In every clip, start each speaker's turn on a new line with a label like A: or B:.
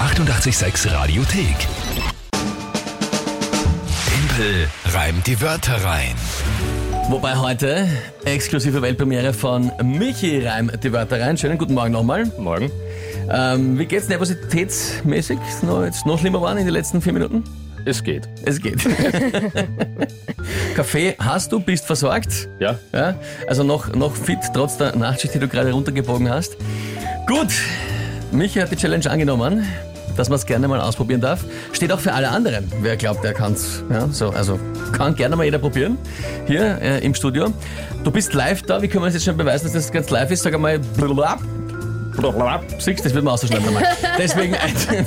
A: 886 Radiothek. Tempel reimt die Wörter rein.
B: Wobei heute exklusive Weltpremiere von Michi Reim die Wörter rein. Schönen guten Morgen nochmal.
C: Morgen.
B: Ähm, wie geht's nervositätsmäßig? Ist Noch, jetzt noch schlimmer waren in den letzten vier Minuten?
C: Es geht.
B: Es geht. Kaffee hast du, bist versorgt.
C: Ja.
B: Ja, also noch, noch fit, trotz der Nachtschicht, die du gerade runtergebogen hast. Gut, Michi hat die Challenge angenommen, dass man es gerne mal ausprobieren darf. Steht auch für alle anderen, wer glaubt, er kann's. Ja, so, also kann gerne mal jeder probieren, hier äh, im Studio. Du bist live da, wie können wir das jetzt schon beweisen, dass das ganz live ist? Sag einmal, blablabla. Siehst, das wird man ausschneiden einmal. Deswegen,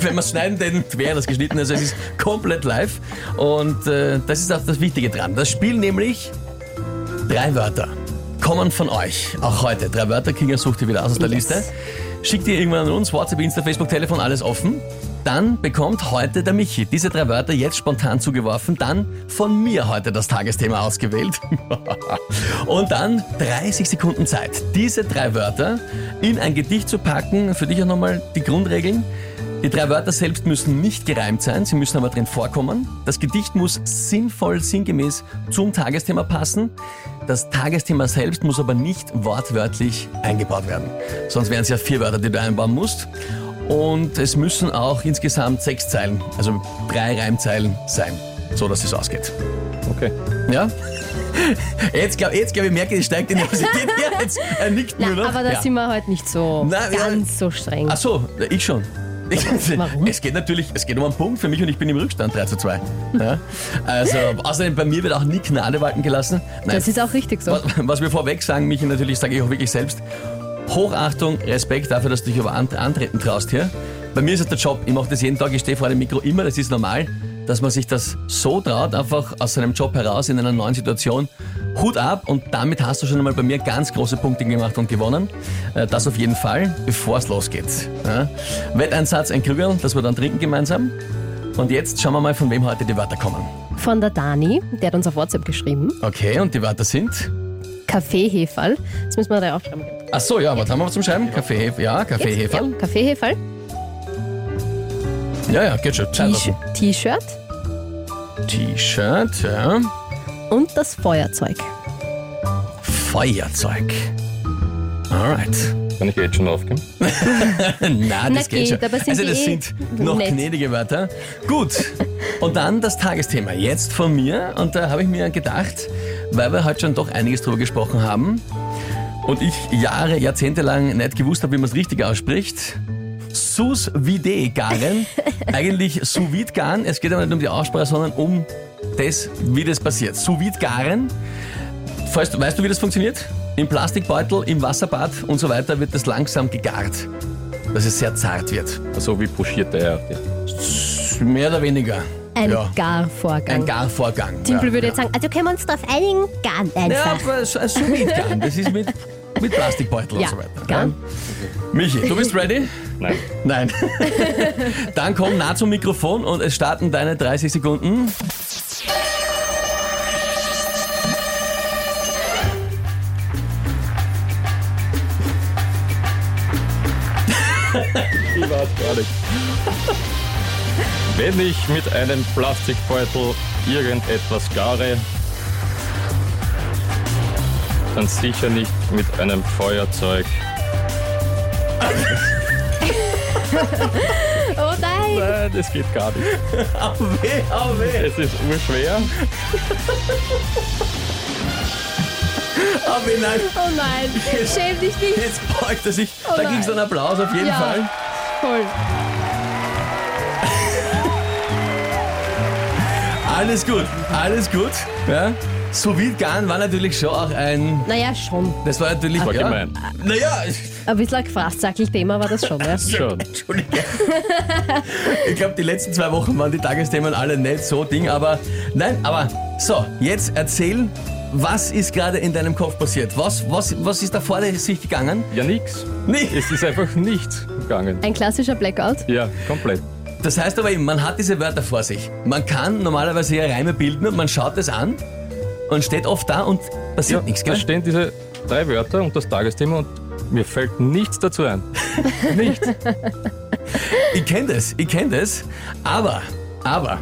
B: wenn wir schneiden, dann wäre das geschnitten. Also es ist komplett live. Und äh, das ist auch das Wichtige dran. Das Spiel nämlich drei Wörter. Kommen von euch. Auch heute. Drei Wörter. Kinga sucht ihr wieder aus aus der Liste. Schickt ihr irgendwann an uns. WhatsApp, Insta, Facebook, Telefon, alles offen. Dann bekommt heute der Michi diese drei Wörter jetzt spontan zugeworfen. Dann von mir heute das Tagesthema ausgewählt. Und dann 30 Sekunden Zeit, diese drei Wörter in ein Gedicht zu packen. Für dich auch nochmal die Grundregeln. Die drei Wörter selbst müssen nicht gereimt sein, sie müssen aber drin vorkommen. Das Gedicht muss sinnvoll, sinngemäß zum Tagesthema passen. Das Tagesthema selbst muss aber nicht wortwörtlich eingebaut werden. Sonst wären es ja vier Wörter, die du einbauen musst. Und es müssen auch insgesamt sechs Zeilen, also drei Reimzeilen sein, so dass es ausgeht.
C: Okay.
B: Ja? Jetzt glaube jetzt glaub ich, merke ich, steigt die Nervosität. Ja, jetzt er nickt
D: Na,
B: nur noch.
D: aber da
B: ja.
D: sind wir heute nicht so
B: Na, ja.
D: ganz so streng.
B: Ach so, ich schon. Ich,
D: Warum?
B: es geht natürlich, es geht um einen Punkt für mich und ich bin im Rückstand 3 zu 2. Ja? Also, außerdem bei mir wird auch nie Gnade walten gelassen. Nein,
D: Das ist auch richtig so.
B: was, was wir vorweg sagen, Michi, natürlich sage ich auch wirklich selbst, Hochachtung, Respekt dafür, dass du dich über an- antreten traust hier. Bei mir ist es der Job, ich mache das jeden Tag, ich stehe vor dem Mikro immer, das ist normal, dass man sich das so traut, einfach aus seinem Job heraus in einer neuen Situation. Hut ab und damit hast du schon einmal bei mir ganz große Punkte gemacht und gewonnen. Äh, Das auf jeden Fall, bevor es losgeht. Ja. Wetteinsatz, ein Krügerl, das wir dann trinken gemeinsam. Und jetzt schauen wir mal, von wem heute die Wörter kommen.
D: Von der Dani, der hat uns auf WhatsApp geschrieben.
B: Okay, und die Wörter sind?
D: Kaffeeheferl. Das müssen wir da aufschreiben.
B: Ach so, ja, was haben wir zum Schreiben? Kaffeehefer, ja,
D: Jetzt? Ja,
B: Kaffeehefer.
D: Kaffeeheferl.
B: Ja, ja, geht schon. Zeit lassen.
D: T- T-Shirt
B: T-Shirt, ja.
D: und das Feuerzeug.
B: Feuerzeug. Alright.
C: Kann ich eh jetzt schon aufgeben?
B: Na, das
D: Na
B: geht
D: geht,
B: schon.
D: aber sind
B: also
D: die
B: das
D: eh
B: sind noch
D: nett.
B: gnädige Wörter. Gut. Und dann das Tagesthema. Jetzt von mir. Und da habe ich mir gedacht, weil wir heute schon doch einiges drüber gesprochen haben und ich Jahre, Jahrzehnte lang nicht gewusst habe, wie man es richtig ausspricht. Sous vide garen. Eigentlich sous vide garen. Es geht aber nicht um die Aussprache, sondern um das, wie das passiert. Sous vide garen. Falls, du- weißt du, wie das funktioniert? Im Plastikbeutel, im Wasserbad und so weiter wird das langsam gegart dass es sehr zart wird.
C: So wie puschiert der Erde.
B: Mehr oder weniger.
D: Ein
B: ja.
D: Garvorgang.
B: Ein Garvorgang.
D: Timpel
B: ja,
D: würde
B: ja.
D: jetzt sagen, also können wir uns drauf einigen, gar nicht
B: Ja,
D: einfach.
B: aber so ein Sous-Vide-Garn. Das ist mit, mit Plastikbeutel
D: Ja,
B: und so weiter.
D: Garn.
B: Michi, du bist ready?
C: Nein.
B: Nein. Dann komm nah zum Mikrofon und es starten deine 30 Sekunden.
C: Ich weiß gar nicht. Wenn ich mit einem Plastikbeutel irgendetwas gare, dann sicher nicht mit einem Feuerzeug.
D: Oh nein!
C: Nein, das geht gar nicht.
B: Au weh, au weh.
C: Es ist urschwer.
B: Au weh, nein.
D: Oh nein! Schäm dich nicht!
B: Jetzt beugt er sich.
D: Oh
B: da
D: nein.
B: kriegst du einen Applaus auf jeden
D: Ja.
B: Fall.
D: Voll.
B: Alles gut, alles gut. Ja. Sous-Vide-Garn war natürlich schon auch ein...
D: Naja, schon.
B: Das war natürlich...
C: War
B: ja.
C: gemein.
B: Naja,
D: Ein bisschen ein Gefraßzackel-Thema war das schon, ja.
C: Schon.
B: Entschuldige. Ich glaube, die letzten zwei Wochen waren die Tagesthemen alle nicht so Ding, aber nein, aber so, jetzt erzähl, was ist gerade in deinem Kopf passiert? Was, was, was ist da vor sich gegangen?
C: Ja, nix.
B: Nee.
C: Es ist einfach nichts gegangen.
D: Ein klassischer Blackout.
C: Ja, komplett.
B: Das heißt aber eben, man hat diese Wörter vor sich. Man kann normalerweise ja Reime bilden und man schaut es an und steht oft da und passiert nichts,
C: Da
B: gell?
C: stehen diese drei Wörter und das Tagesthema und mir fällt nichts dazu ein. Nichts.
B: Ich kenne das, ich kenne das. Aber, aber,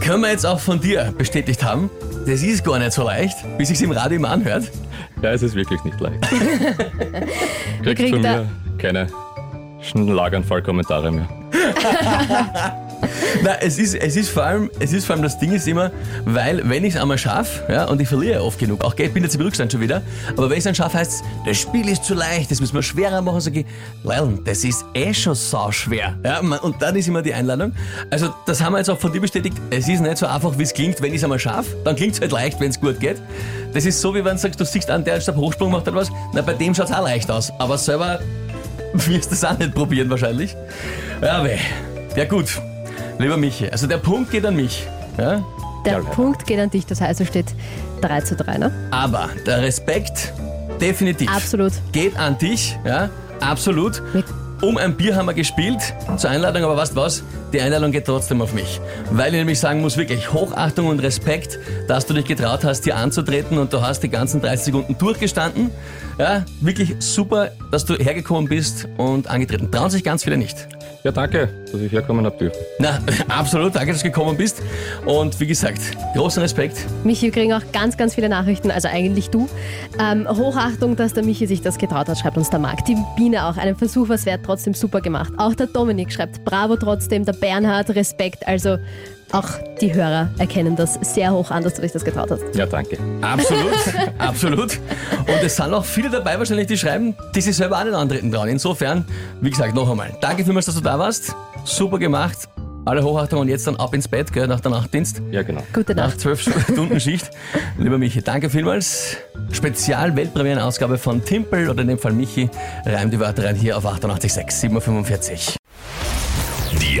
B: können wir jetzt auch von dir bestätigt haben, das ist gar nicht so leicht, wie sich's im Radio immer anhört.
C: Ja, es ist wirklich nicht leicht. Kriegt
D: Kriegt
C: von
D: er-
C: mir keine Schlaganfall-Kommentare mehr.
B: Na, es ist, es ist vor allem, es ist vor allem das Ding ist immer, weil wenn ich es einmal schaffe, ja, und ich verliere ja oft genug, auch gell, ich bin jetzt im Rückstand schon wieder, aber wenn ich es dann schaffe, heißt es, das Spiel ist zu leicht, das müssen wir schwerer machen, sage ich, Leon, das ist eh schon sau schwer. Ja, man, und dann ist immer die Einladung. Also, das haben wir jetzt auch von dir bestätigt, es ist nicht so einfach, wie es klingt, wenn ich es einmal schaffe, dann klingt es halt leicht, wenn es gut geht. Das ist so, wie wenn du sagst, du siehst an, der statt Hochsprung macht halt was, na, bei dem schaut es auch leicht aus, aber selber wirst das auch nicht probieren wahrscheinlich. Ja, weh. Ja gut, lieber Michi. Also der Punkt geht an mich. Ja?
D: Der
C: Ja.
D: Punkt geht an dich, das heißt, es steht 3 zu 3, ne?
B: Aber der Respekt definitiv
D: Absolut.
B: geht an dich. Ja? Absolut.
D: Mit-
B: Um ein Bier haben wir gespielt zur Einladung, aber weißt du was? Die Einladung geht trotzdem auf mich. Weil ich nämlich sagen muss, wirklich Hochachtung und Respekt, dass du dich getraut hast, hier anzutreten und du hast die ganzen 30 Sekunden durchgestanden. Ja, wirklich super, dass du hergekommen bist und angetreten. Trauen sich ganz viele nicht.
C: Ja, danke, dass ich herkommen habe dürfen.
B: Na, absolut, danke, dass du gekommen bist. Und wie gesagt, großen Respekt.
D: Michi, wir kriegen auch ganz, ganz viele Nachrichten, also eigentlich du. Ähm, Hochachtung, dass der Michi sich das getraut hat, schreibt uns der Marc. Die Biene auch, einen Versuch was wert, trotzdem super gemacht. Auch der Dominik schreibt, bravo trotzdem, der Bernhard, Respekt. Also auch die Hörer erkennen das sehr hoch an, dass du dich das getraut hast.
C: Ja, danke.
B: Absolut, absolut. Und es sind auch viele dabei wahrscheinlich, die schreiben, die sich selber auch nicht antreten trauen. Insofern, wie gesagt, noch einmal, danke vielmals, dass du da warst. Super gemacht. Alle Hochachtung und jetzt dann ab ins Bett, gell, nach der Nachtdienst.
C: Ja, genau.
D: Gute
B: Nach
D: Nacht.
B: zwölf Stunden Schicht. Lieber Michi, danke vielmals. Spezial-Weltpremierenausgabe von Timpel oder in dem Fall Michi. Reim die Wörter rein hier auf 88.6, 7.45 Uhr.
A: Die